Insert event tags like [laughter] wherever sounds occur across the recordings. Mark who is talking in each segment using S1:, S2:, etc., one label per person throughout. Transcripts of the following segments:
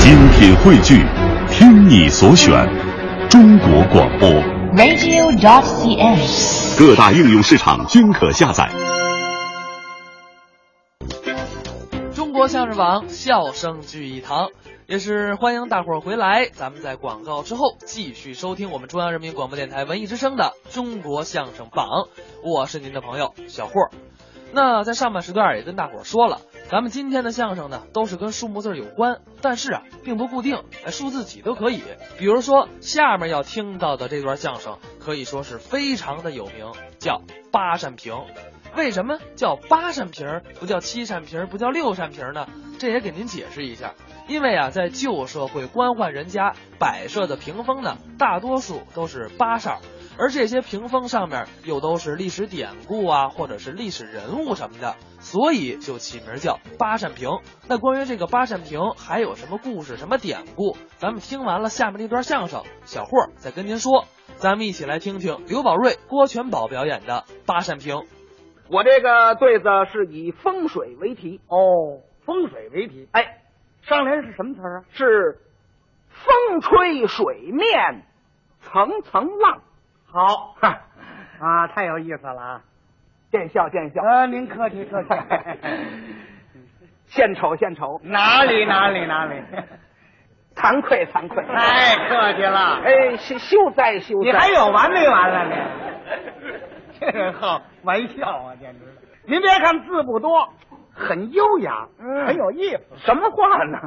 S1: 精品汇聚，听你所选，中国广播。
S2: radio.cn。
S1: 各大应用市场均可下载。
S3: 中国相声网笑声聚一堂，也是欢迎大伙儿回来。咱们在广告之后继续收听我们中央人民广播电台文艺之声的《中国相声榜》，我是您的朋友小霍儿。那在上半时段也跟大伙儿说了，咱们今天的相声呢都是跟数目字儿有关，但是啊并不固定，哎数字几都可以。比如说下面要听到的这段相声，可以说是非常的有名，叫八扇屏。为什么叫八扇屏儿，不叫七扇屏儿，不叫六扇屏儿呢？这也给您解释一下。因为啊，在旧社会官宦人家摆设的屏风呢，大多数都是八扇儿，而这些屏风上面又都是历史典故啊，或者是历史人物什么的，所以就起名叫八扇屏。那关于这个八扇屏还有什么故事、什么典故？咱们听完了下面这段相声，小霍儿再跟您说。咱们一起来听听刘宝瑞、郭全宝表演的八扇屏。
S4: 我这个对子是以风水为题，
S5: 哦，风水为题。
S4: 哎，
S5: 上联是什么词儿啊？
S4: 是风吹水面层层浪，
S5: 好，哈啊，太有意思了啊！
S4: 见笑见笑，
S5: 啊，您客气客气。
S4: 献丑献丑，
S5: 哪里哪里哪里，
S4: 惭愧惭愧，
S5: 太客气了。
S4: 哎，羞羞哉羞哉，
S5: 你还有完没完了
S4: [laughs]
S5: 你？这人好玩笑啊，简直！您别看字不多，很优雅，
S4: 嗯
S5: 很有意思。
S4: 什么话呢？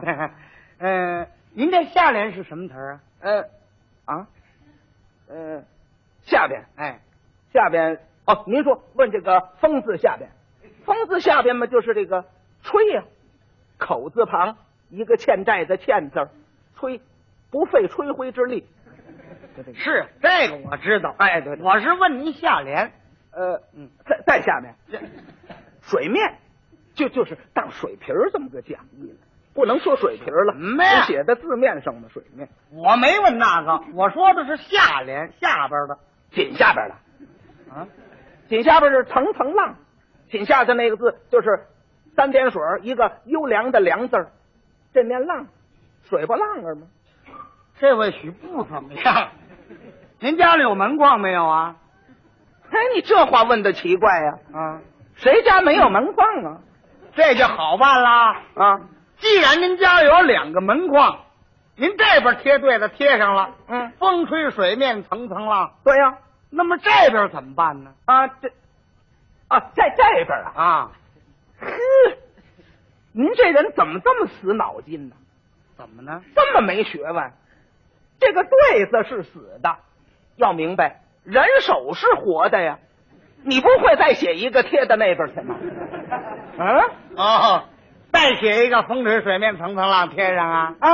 S5: [laughs] 呃，您这下联是什么词儿啊？
S4: 呃啊呃，下边
S5: 哎，
S4: 下边哦，您说问这个风字下边，风字下边嘛就是这个吹呀、口字旁一个欠债的欠字儿，吹不费吹灰之力，就这个。
S5: 是这个我知道。
S4: 哎对对
S5: 我是问您下联。
S4: 呃，嗯，在在下面，
S5: 这
S4: 水面，就就是当水瓶儿这么个讲义了，不能说水瓶儿了，
S5: 什么呀
S4: 只写在字面上的水面，
S5: 我没问那个，我说的是下联下边的
S4: 紧下边了，
S5: 啊，
S4: 紧下边是层层浪，紧下的那个字就是三点水儿一个优良的良字儿，这面浪，水不浪儿吗？
S5: 这位许不怎么样。您家里有门框没有啊？
S4: 哎，你这话问的奇怪呀、
S5: 啊，
S4: 谁家没有门框啊？
S5: 这就好办啦。
S4: 啊，
S5: 既然您家有两个门框，您这边贴对子贴上了，
S4: 嗯
S5: 风吹水面层层浪。
S4: 对呀、
S5: 那么这边怎么办呢？
S4: 啊，这，啊，在这边啊。
S5: 啊，
S4: 呵，您这人怎么这么死脑筋呢？
S5: 怎么呢？
S4: 这么没学问？这个对子是死的，要明白，人手是活的呀。你不会再写一个贴到那边去吗？嗯
S5: 哦，再写一个风吹水面层层浪贴上啊？
S4: 啊，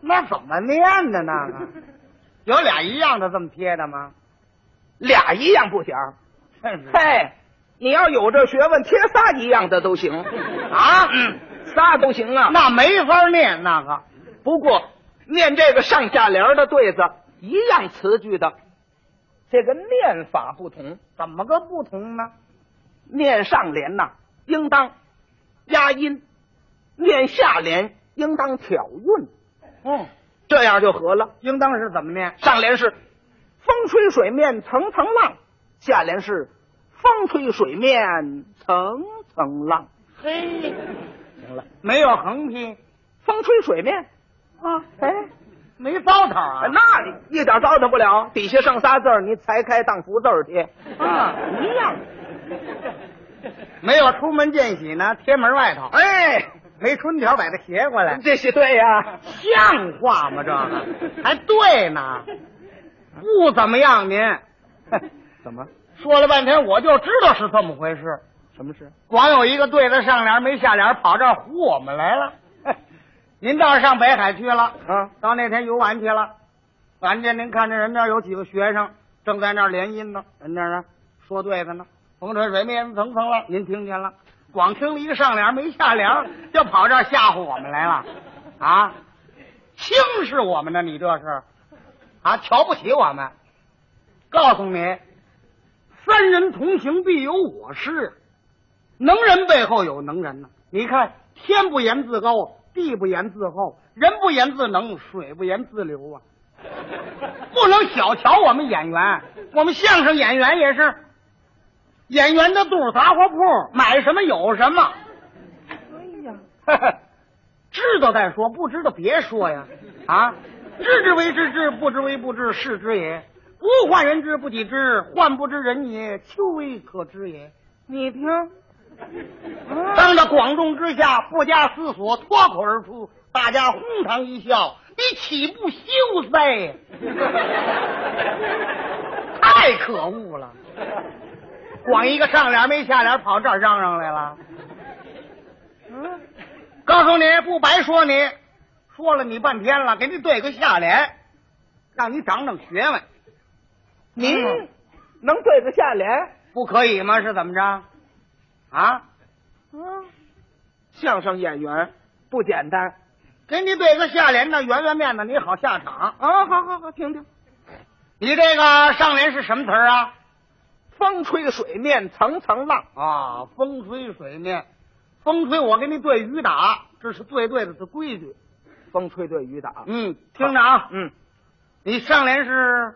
S5: 那怎么念的那个？ [laughs] 有俩一样的这么贴的吗？
S4: 俩一样不行。
S5: 真是
S4: 嘿，你要有这学问，贴仨一样的都行，
S5: [laughs] 啊，嗯，
S4: 仨都行啊。
S5: 那没法念那个。
S4: 不过念这个上下联的对子，一样词句的，这个念法不同。
S5: 怎么个不同呢？
S4: 念上联呐、应当压音；念下联，应当挑韵。
S5: 嗯，
S4: 这样就合了。
S5: 应当是怎么念？
S4: 上联是“风吹水面层层浪”，下联是“风吹水面层层浪
S5: 嘿，行了，没有横批，”。
S4: 风吹水面啊，哎，
S5: 没糟蹋啊。
S4: 那你一点糟蹋不了。底下剩仨字儿，你裁开当福字儿贴
S5: 啊
S4: 一样。
S5: 没有出门见喜呢，贴门外头。
S4: 哎，
S5: 没春条把它斜过来，
S4: 这些对呀、
S5: 像话吗？这个还对呢，不怎么样您。
S4: [laughs] 怎么？
S5: 说了半天，我就知道是这么回事。
S4: 什么事？
S5: 光有一个对子上联没下联，跑这儿唬我们来了。 [laughs] 您倒是上北海去了，
S4: 啊，
S5: 到那天游玩去了。晚间您看着人家有几个学生正在那儿联姻呢，人家呢说对子呢，风吹水面层层浪，您听见了？光听了一个上联没下联，就跑这儿吓唬我们来了，啊，轻视我们呢？你这是啊，瞧不起我们？告诉你，三人同行必有我师，能人背后有能人呢、你看天不言自高，地不言自厚，人不言自能，水不言自流啊！不能小瞧我们演员，我们相声演员也是，演员的肚儿杂货铺，买什么有什么。哎 [laughs] 呀，知道再说，不知道别说呀！啊，知之为知之，不知为不知，是知也。不患人之不己知，患不知人也，秋为可知也。
S4: 你听，
S5: [laughs] 当着广众之下，不加思索，脱口而出，大家哄堂一笑，你岂不羞
S4: [laughs]
S5: 哉？太可恶了！光一个上联没下联，跑这儿嚷嚷来了。
S4: 嗯，
S5: 告诉你不白说你，说了你半天了，给你对个下联，让你长长学问。
S4: 您能对得下联？
S5: 不可以吗？是怎么着？啊？
S4: 嗯，相声演员不简单。
S5: 给你对个下联呢，圆圆面子，你好下场。
S4: 啊，好好好，听听，
S5: 你这个上联是什么词儿啊？
S4: 风吹水面层层浪，
S5: 啊，风吹水面，风吹我给你对雨打，这是对对的的规矩。
S4: 风吹对雨打。
S5: 嗯，听着啊，
S4: 嗯，
S5: 你上联是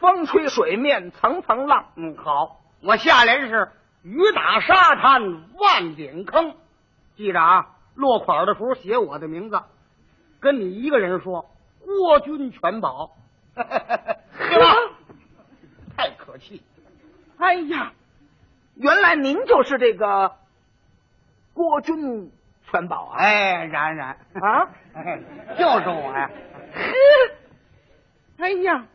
S4: 风吹水面层层浪，
S5: 嗯好，我下联是雨打沙滩万井坑，记着啊，落款的时候写我的名字，跟你一个人说，郭军
S4: [laughs]
S5: 全保， [laughs] 对吧？太可气，
S4: 哎呀，原来您就是这个郭军全保啊！
S5: 哎，然然
S4: 啊，
S5: [laughs] 哎，啊就是我
S4: [laughs]
S5: 呀，
S4: 呵，哎呀，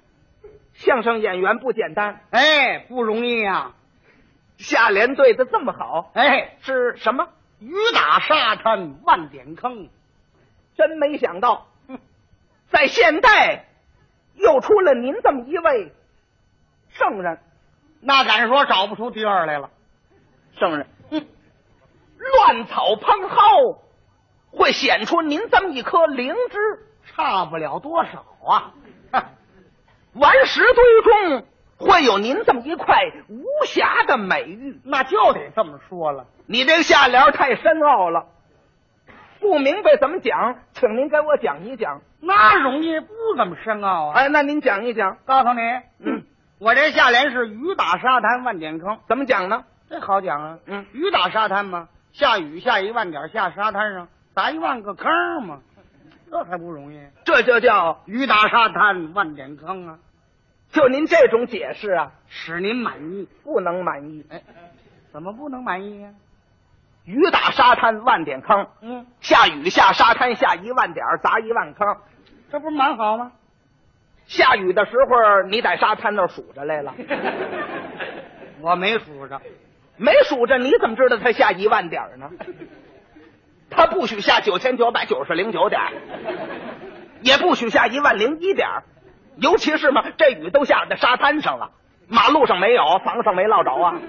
S4: 相声演员不简单，
S5: 哎，不容易呀、
S4: 下联对的这么好，
S5: 哎，
S4: 是什么？
S5: 雨打沙滩万点坑，
S4: 真没想到，在现代又出了您这么一位圣人，
S5: 那敢说找不出第二来了。
S4: 圣人，乱草蓬蒿会显出您这么一颗灵芝。
S5: 差不了多少啊！
S4: 顽石堆中会有您这么一块无瑕的美玉。
S5: 那就得这么说了。
S4: 你这个下联太深奥了，不明白怎么讲，请您给我讲一讲。
S5: 那容易不怎么深奥啊！
S4: 哎，那您讲一讲，
S5: 告诉你，
S4: 嗯，
S5: 我这下联是雨打沙滩万点坑，
S4: 怎么讲呢？
S5: 这好讲啊。
S4: 嗯
S5: 雨打沙滩嘛，下雨下一万点，下沙滩上砸一万个坑嘛，这还不容易？
S4: 这就叫
S5: 雨打沙滩万点坑啊，
S4: 就您这种解释啊，
S5: 使您满意。
S4: 不能满意。
S5: 哎，怎么不能满意呀、
S4: 雨打沙滩万点坑，
S5: 嗯，
S4: 下雨下沙滩下一万点儿砸一万坑。
S5: 这不是蛮好
S4: [laughs]
S5: 吗？
S4: 下雨的时候，你在沙滩那儿数着来了，
S5: [laughs] 我没数着，
S4: 没数着，你怎么知道他下一万点儿呢？他不许下九千九百九十零九点儿，也不许下一万零一点儿，尤其是嘛，这雨都下在沙滩上了，马路上没有，房上没落着啊。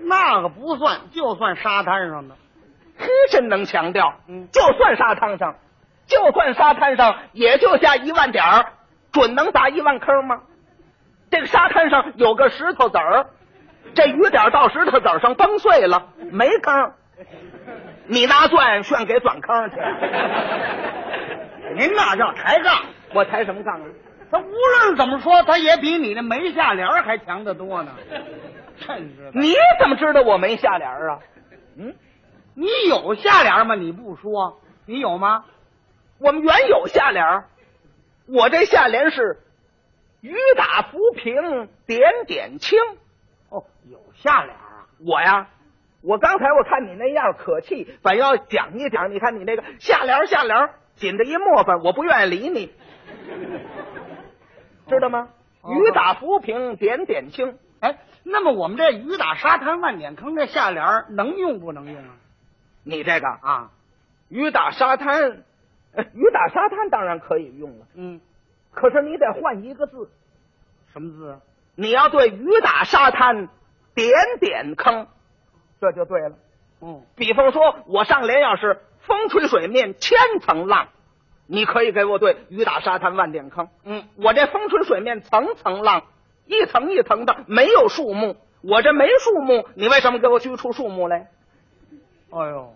S5: 那个不算，就算沙滩
S4: [laughs]
S5: 上的。
S4: 呵，真能强调。
S5: 嗯
S4: 就算沙滩上，就算沙滩上，也就下一万点儿，准能砸一万坑吗？这个沙滩上有个石头子儿，这雨点儿到石头子儿上崩碎了，没坑。你拿钻炫给钻坑去，
S5: [laughs] 您那叫抬杠。
S4: 我抬什么杠啊？
S5: 他无论怎么说，他也比你那没下联儿还强得多呢。真是的，
S4: 你怎么知道我没下联儿啊？嗯，
S5: 你有下联儿吗？你不说，你有吗？
S4: 我们原有下联儿，我这下联是“雨打浮萍点点青”。
S5: 哦，有下联儿啊。
S4: 我呀，我刚才我看你那样可气，反要讲一讲。你看你那个下联儿下联儿紧着一磨粉，我不愿意理你，知道吗？
S5: 哦
S4: 雨打浮萍点点青，
S5: 哎，那么我们这雨打沙滩万点坑这下联儿能用不能用啊？
S4: 你这个啊，
S5: 啊，
S4: 雨打沙滩，呃雨打沙滩当然可以用了，
S5: 嗯，
S4: 可是你得换一个字，
S5: 什么字啊？
S4: 你要对雨打沙滩点点坑，这就对了。
S5: 哦，
S4: 比方说，我上联要是风吹水面千层浪，你可以给我对雨打沙滩万点坑。
S5: 嗯，
S4: 我这风吹水面层层浪，一层一层的，没有树木。我这没树木，你为什么给我锯出树木来？
S5: 哎呦，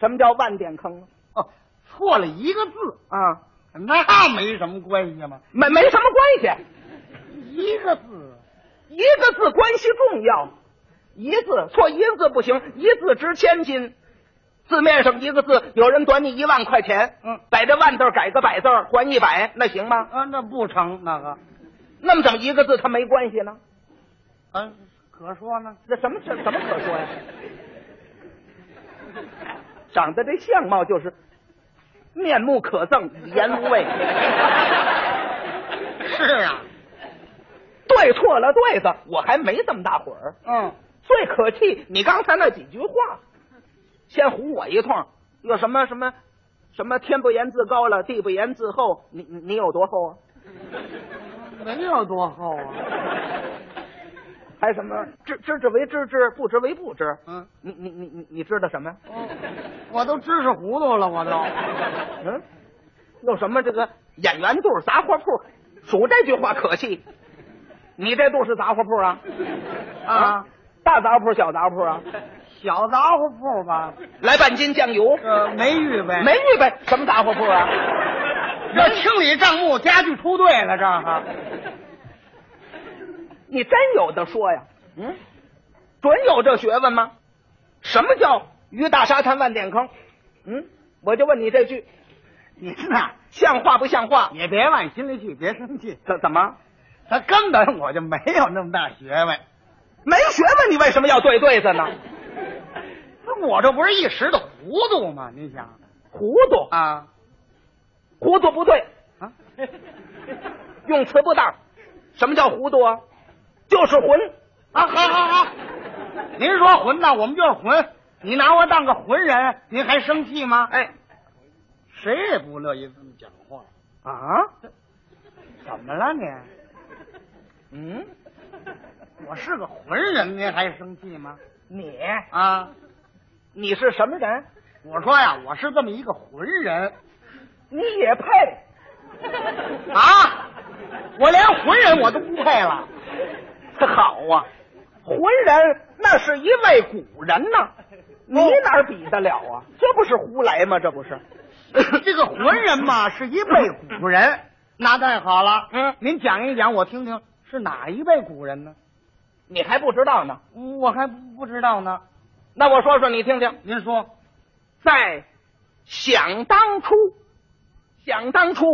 S4: 什么叫万点坑呢？
S5: 哦，错了一个字，
S4: 啊，
S5: 那没什么关系嘛，
S4: 没没什么关系，
S5: 一个字，
S4: 一个字关系重要，一字错一个字不行，一字值千金。字面上一个字，有人短你一万块钱，
S5: 嗯
S4: 把这万字儿改个百字儿还一百，那行吗？
S5: 啊，那不成那个，
S4: 那么整一个字，它没关系呢？
S5: 啊，可说呢，
S4: 这什么什什么可说呀？长得这相貌就是面目可憎，言无味。
S5: [laughs]
S4: [laughs]
S5: 是啊，
S4: 对错了对子，我还没这么大会儿。
S5: 嗯，
S4: 最可气，你刚才那几句话，先唬我一通，有什么什么什么天不言自高了，地不言自厚，你你你有多厚啊？
S5: 没有多厚啊，
S4: 还什么知知之为知之，不知为不知？
S5: 嗯，
S4: 你你你你你知道什么呀？
S5: 哦我都知识糊涂了，我 [laughs] 都，
S4: 嗯，有什么这个演员肚、杂货铺，数这句话可气。你这肚是杂货铺啊？
S5: 啊，
S4: 大杂货铺、小杂货铺啊？
S5: 小杂货铺吧，
S4: 来半斤酱油，
S5: 这没预备，
S4: 没预备，什么杂货铺
S5: [laughs]
S4: 啊？
S5: 这清理账目，家具出队了，这哈，
S4: 你真有的说呀？
S5: 嗯，
S4: 准有这学问吗？什么叫鱼大沙滩万点坑？嗯，我就问你这句，
S5: 你那
S4: 像话不像话？
S5: 也别往心里去，别生气，
S4: 怎怎么
S5: 他根本我就没有那么大学问，
S4: 没学问？你为什么要对对子呢？
S5: 那 [laughs] 我这不是一时的糊涂吗？你想
S4: 糊涂，
S5: 啊
S4: 糊涂不对，
S5: 啊，
S4: [laughs] 用词不当。什么叫糊涂啊？就是混。
S5: 啊，好好好，您说混呐，我们就是混。你拿我当个混人，您还生气吗？
S4: 哎，
S5: 谁也不乐意这么讲话。
S4: 啊，
S5: 怎么了你？
S4: 嗯，
S5: 我是个混人，您还生气吗？
S4: 你
S5: 啊，
S4: 你是什么人？
S5: 我说呀，我是这么一个混人
S4: 你也配？
S5: 啊，我连混人我都不配了。
S4: [laughs] 好啊，浑人那是一位古人
S5: [laughs]
S4: 呐，你哪儿比得了啊？这不是胡来吗？这不是？
S5: [laughs] 这个浑人嘛，是一辈古人，那太好了。
S4: 嗯
S5: 您讲一讲，我听听是哪一辈古人呢？
S4: 你还不知道呢？
S5: 嗯我还不不知道呢。
S4: 那我说说你听听，
S5: 您说，
S4: 在想当初，想当初，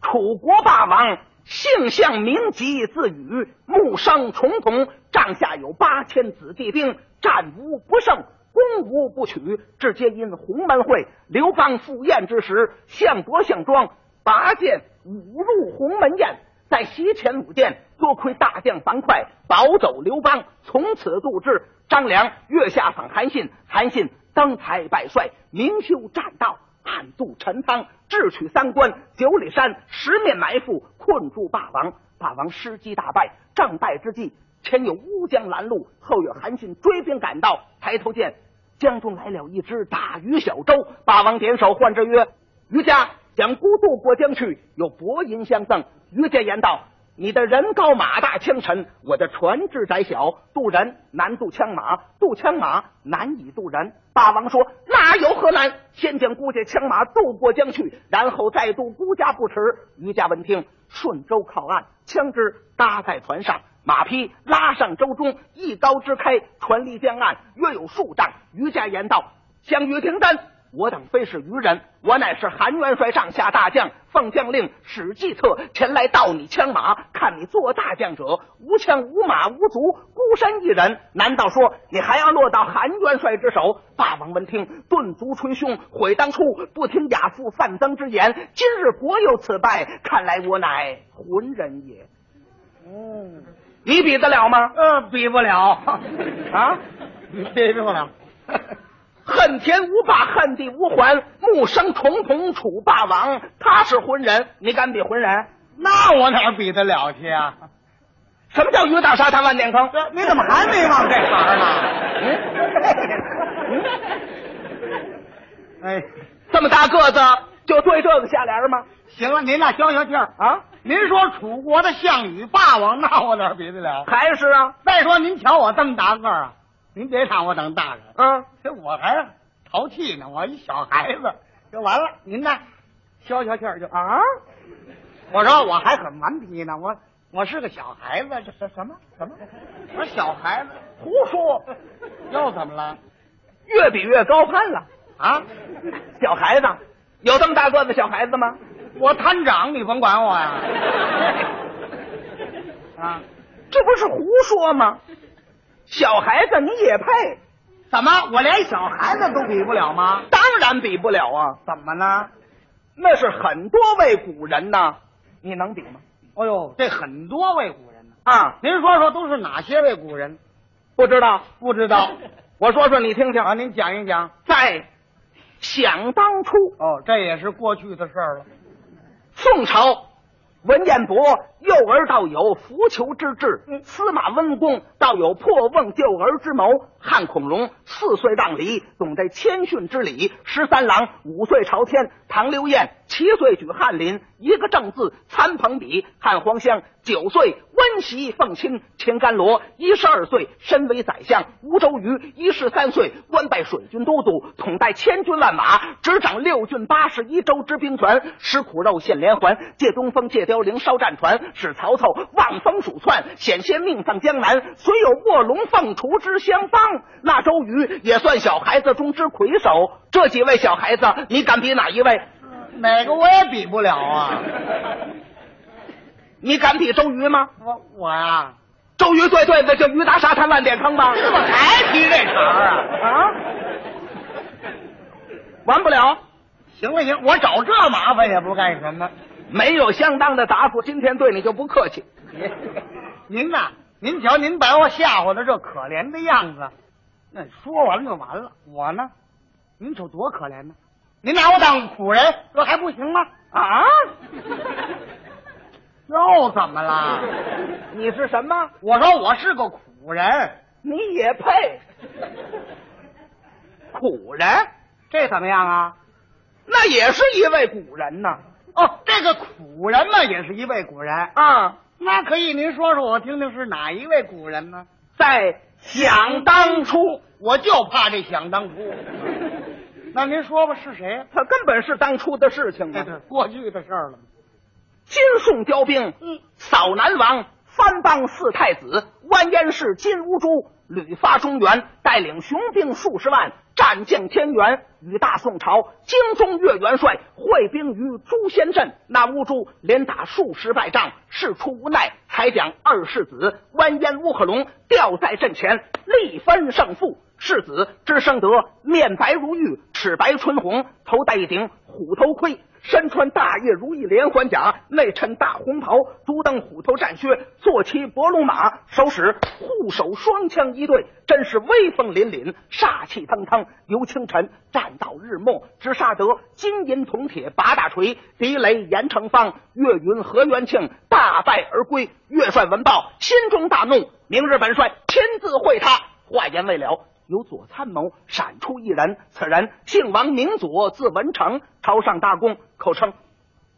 S4: 楚国霸王姓项名籍，字羽，牧商从童，帐下有八千子弟兵，战无不胜。攻无不取，至皆因鸿门会刘邦赴宴之时，项伯、项庄拔剑舞入鸿门宴，在西前舞殿，多亏大将樊哙保走刘邦，从此度制。张良月下访韩信，韩信登台拜帅，明修栈道，暗度陈仓，智取三关，九里山十面埋伏，困住霸王。霸王失机大败，战败之际，前有乌江拦路，后有韩信追兵赶到，抬头见江中来了一只大鱼小舟，霸王点首唤之曰：“渔家想孤渡过江去，有薄银相赠。”于家言道：“你的人高马大枪沉，我的船只窄小，渡人难渡枪马，渡枪马难以渡人。”霸王说：“那有何难？先将孤家枪马渡过江去，然后再渡孤家不迟。”于家闻听，顺舟靠岸，枪支搭在船上，马匹拉上舟中，一刀支开，船离江岸约有数丈。于家言道：“项羽听真，我等非是愚人，我乃是韩元帅帐下大将，奉将令使计策前来盗你枪马，看你做大将者无枪无马无足，孤身一人，难道说你还要落到韩元帅之手？”霸王闻听，顿足捶胸，悔当初不听亚父范增之言，今日果有此败，看来我乃浑人也。
S5: 哦，
S4: 你比得了吗？
S5: 呃，比不 [laughs] 了，
S4: 啊！
S5: 比比不了。
S4: 恨天无霸，恨地无还，木生重瞳楚霸王，他是浑人，你敢比浑人？
S5: 那我哪儿比得了去啊？
S4: 什么叫鱼大沙滩万点坑？嗯
S5: 你怎么还没往这行呢？哎，
S4: 这么大个子就对这个下联吗？
S5: 行了，您那消消气儿啊！
S4: 啊，
S5: 您说楚国的项羽霸王，那我哪儿比得了？
S4: 还是啊，
S5: 再说您瞧我这么大个儿啊，您别看我长大着，
S4: 嗯，
S5: 这我还淘气呢，我一小孩子就完了。您呢，消消气儿就啊。我说我还很顽皮呢，我我是个小孩子，这这什么什么？我说小孩子胡说，又怎么了？
S4: 越比越高攀了。
S5: 啊，
S4: 小孩子有这么大个子小孩子吗？
S5: 我摊长，你甭管我呀、啊！
S4: 这不是胡说吗？小孩子你也配？
S5: 怎么我连小孩子都比不了吗？
S4: 当然比不了啊，
S5: 怎么呢？
S4: 那是很多位古人呐，你能比吗？
S5: 哎呦，这很多位古人呢、
S4: 啊，
S5: 您说说都是哪些位古人？
S4: 不知道，
S5: 不知
S4: [laughs]
S5: 道 [laughs]
S4: 我说说你听听
S5: 啊，。您讲一讲。
S4: 在想当初，
S5: 哦，这也是过去的事儿了。
S4: 宋朝文彦博幼而道有扶求之志，司马温公道有破瓮救儿之谋，汉孔融四岁让梨，懂得谦逊之礼；十三郎五岁朝天，唐刘晏七岁举翰林，一个正字参朋比，汉黄香九岁温席奉亲，秦甘罗一十二岁身为宰相，吴周瑜一十三岁官拜水军都督，统带千军万马，执掌六郡八十一州之兵权，吃苦肉，献连环，借东风，借凋零，烧战船，使曹操望风鼠窜，险些命丧江南。虽有卧龙凤雏之相帮，那周瑜也算小孩子中之魁首。这几位小孩子，你敢比哪一位？
S5: 哪个我也比不了啊！
S4: 你敢比周瑜吗？
S5: 我我呀、
S4: 周瑜最对的就鱼达沙滩万变坑吧？
S5: 怎么还提这茬儿啊？
S4: 啊，完不了，
S5: 行了行，我找这麻烦也不干什么。
S4: 没有相当的答复，今天对你就不客气。
S5: 您您呐、您瞧您把我吓唬的这可怜的样子，那说完就完了。我呢，您瞅多可怜呢、您拿我当苦人，这还不行吗？啊？ [laughs] 又怎么了？
S4: 你是什么？
S5: 我说我是个苦人，
S4: 你也配？古人，
S5: 这怎么样啊？
S4: 那也是一位古人呐。
S5: 哦，这个苦人嘛，也是一位古人。
S4: 啊，
S5: 那可以，您说说我听听是哪一位古人呢？
S4: 在想当初，
S5: 我就怕这想当初。 [laughs] 那您说吧，是谁呀、
S4: 他根本是当初的事情
S5: 这
S4: 啊
S5: 是。过去的事儿了。
S4: 金宋交兵，
S5: 嗯，
S4: 扫南王，藩邦四太子，完颜氏金乌珠屡发中原，带领雄兵数十万，战将天元，与大宋朝京中岳元帅会兵于朱仙镇。那乌珠连打数十败仗，事出无奈，才将二世子完颜乌合龙吊在阵前，力分胜负。世子之生得面白如玉，齿白唇红，头戴一顶虎头盔，身穿大叶如意连环甲，内衬大红袍，足蹬虎头战靴，坐骑伯龙马，手使护手双枪一对，真是威风凛凛，煞气腾腾。由清晨战到日暮，直杀得金银铜铁八大锤，狄雷、严成方、岳云、何元庆大败而归。岳帅闻报，心中大怒，明日本帅亲自会他。话言未了，有左参谋闪出一人，此人姓王，名佐，字文成，朝上大功，口称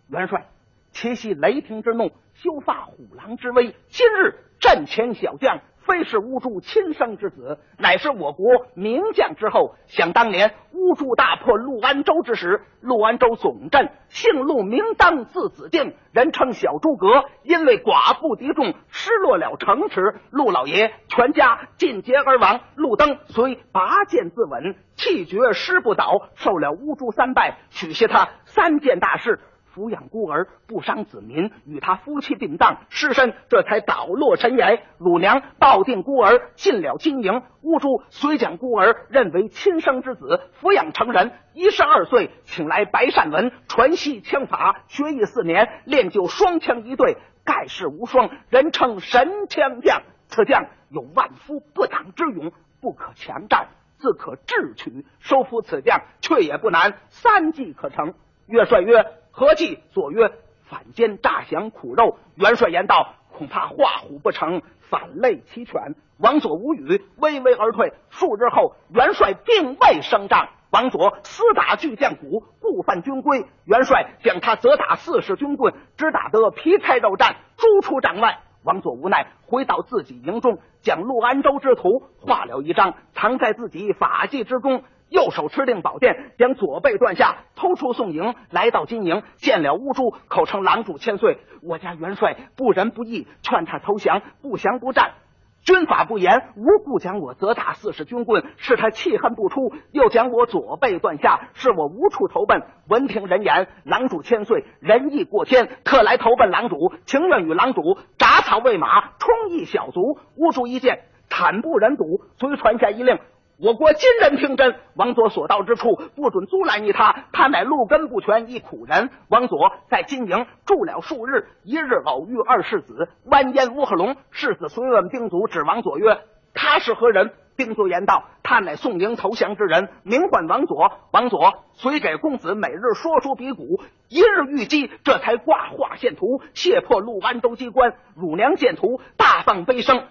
S4: 元帅。其系雷霆之怒，修发虎狼之威。今日阵前小将，非是乌珠亲生之子，乃是我国名将之后。想当年，乌珠大破陆安州之时，陆安州总镇姓陆，名当，字子定，人称小诸葛。因为寡不敌众，失落了城池，陆老爷全家尽节而亡。陆登虽拔剑自刎，气绝师不倒，受了乌珠三拜，许下他三件大事。抚养孤儿，不伤子民，与他夫妻殡葬，尸身这才倒落尘埃。乳娘抱定孤儿，进了金营。乌珠虽将孤儿认为亲生之子，抚养成人。一十二岁，请来白善文传习枪法，学艺四年，练就双枪一对，盖世无双，人称神枪将。此将有万夫不挡之勇，不可强战，自可智取。收服此将，却也不难，三计可成。岳帅曰：“何计？”左曰：“反间诈降苦肉。”元帅言道：“恐怕画虎不成，反类其犬。”王佐无语，微微而退。数日后，元帅并未升帐。王佐私打巨将鼓，故犯军规。元帅将他责打四十军棍，只打得皮开肉绽，逐出帐外。王佐无奈，回到自己营中，将陆安州之图画了一张，藏在自己法器之中。右手持定宝剑，将左背断下，偷出宋营，来到金营，见了乌珠，口称郎主千岁，我家元帅不仁不义，劝他投降，不降不战。军法不严，无故将我责打四十军棍，是他气恨不出；又将我左背断下，是我无处投奔。闻听人言，郎主千岁仁义过天，特来投奔郎主，情愿与郎主铡草喂马，充一小卒。乌珠一见，惨不忍睹，遂传下一令：我国今人听真，王佐所到之处，不准阻拦于他。他乃路根不全，一苦人。王佐在金营住了数日，一日偶遇二世子完颜乌合龙。世子虽问兵卒，指王佐曰：“他是何人？”兵卒言道：“他乃宋营投降之人，名唤王佐。王佐遂给公子每日说书比武，一日遇击，这才挂画献图，卸破陆安州机关，汝娘见图，大放悲声。”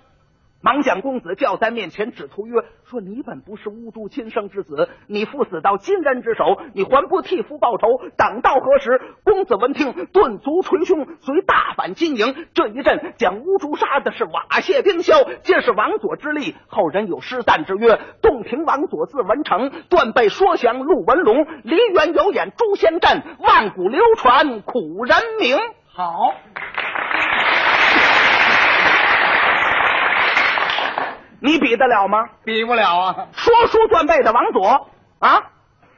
S4: 忙将公子叫在面前，指图曰：“说你本不是乌珠亲生之子，你父死到金人之手，你还不替父报仇？等到何时？”公子闻听，顿足捶胸，遂大反金营。这一阵将乌珠杀的是瓦屑冰消，皆是王佐之力。后人有诗赞之曰：“洞庭王佐字文成，断背说降陆文龙，梨园有眼诛仙阵，万古流传苦人名。”
S5: 好，
S4: 你比得了吗？
S5: 比不了啊！
S4: 说书断背的王佐啊，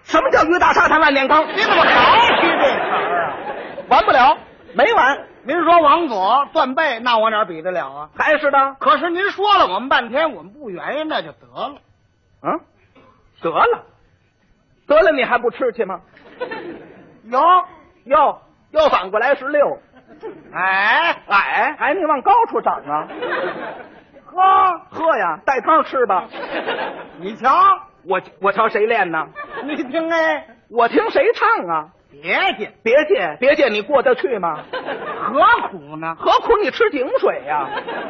S4: 什么叫鱼大沙滩万年坑？
S5: 你怎么还去这茬儿啊？
S4: 完不了，没完，
S5: 您说王佐断背，那我哪比得了啊？
S4: 还是的，
S5: 可是您说了我们半天，我们不愿意，那就得了。
S4: 啊，得了，得了，你还不吃去吗？
S5: 有，
S4: 又又反过来是六，
S5: 哎，
S4: 矮，哎，你往高处长啊，
S5: 呵，
S4: 喝呀，带汤吃吧。
S5: 你瞧，
S4: 我我瞧谁练呢？
S5: 你听哎，
S4: 我听谁唱啊？
S5: 别介，
S4: 别介，别介，你过得去
S5: [laughs]
S4: 吗？
S5: 何苦呢？
S4: 何苦你吃井水呀、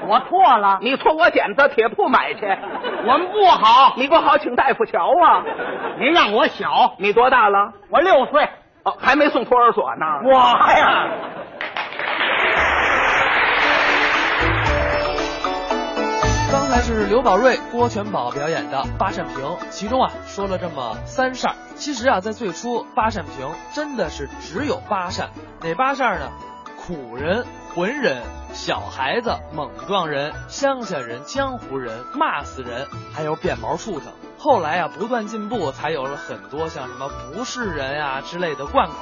S5: [laughs] 我错了，
S4: 你搓我剪子，铁铺买去。
S5: [laughs] 我们不好，
S4: 你给我好请大夫瞧啊！
S5: 您让我小，
S4: 你多大了？
S5: 我六岁，
S4: 哦，还没送托儿所呢。
S5: 我呀，
S3: 刚才是刘宝瑞、郭全宝表演的八扇屏，其中啊说了这么三扇儿。其实啊，在最初八扇屏真的是只有八扇，哪八扇呢？苦人、浑人、小孩子、莽撞人、乡下人、江湖人、骂死人，还有变毛畜生。后来啊，不断进步，才有了很多像什么不是人啊之类的贯口。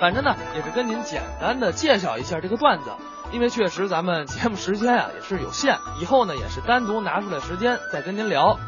S3: 反正呢，也是跟您简单的介绍一下这个段子。因为确实咱们节目时间啊也是有限，以后呢也是单独拿出来时间再跟您聊。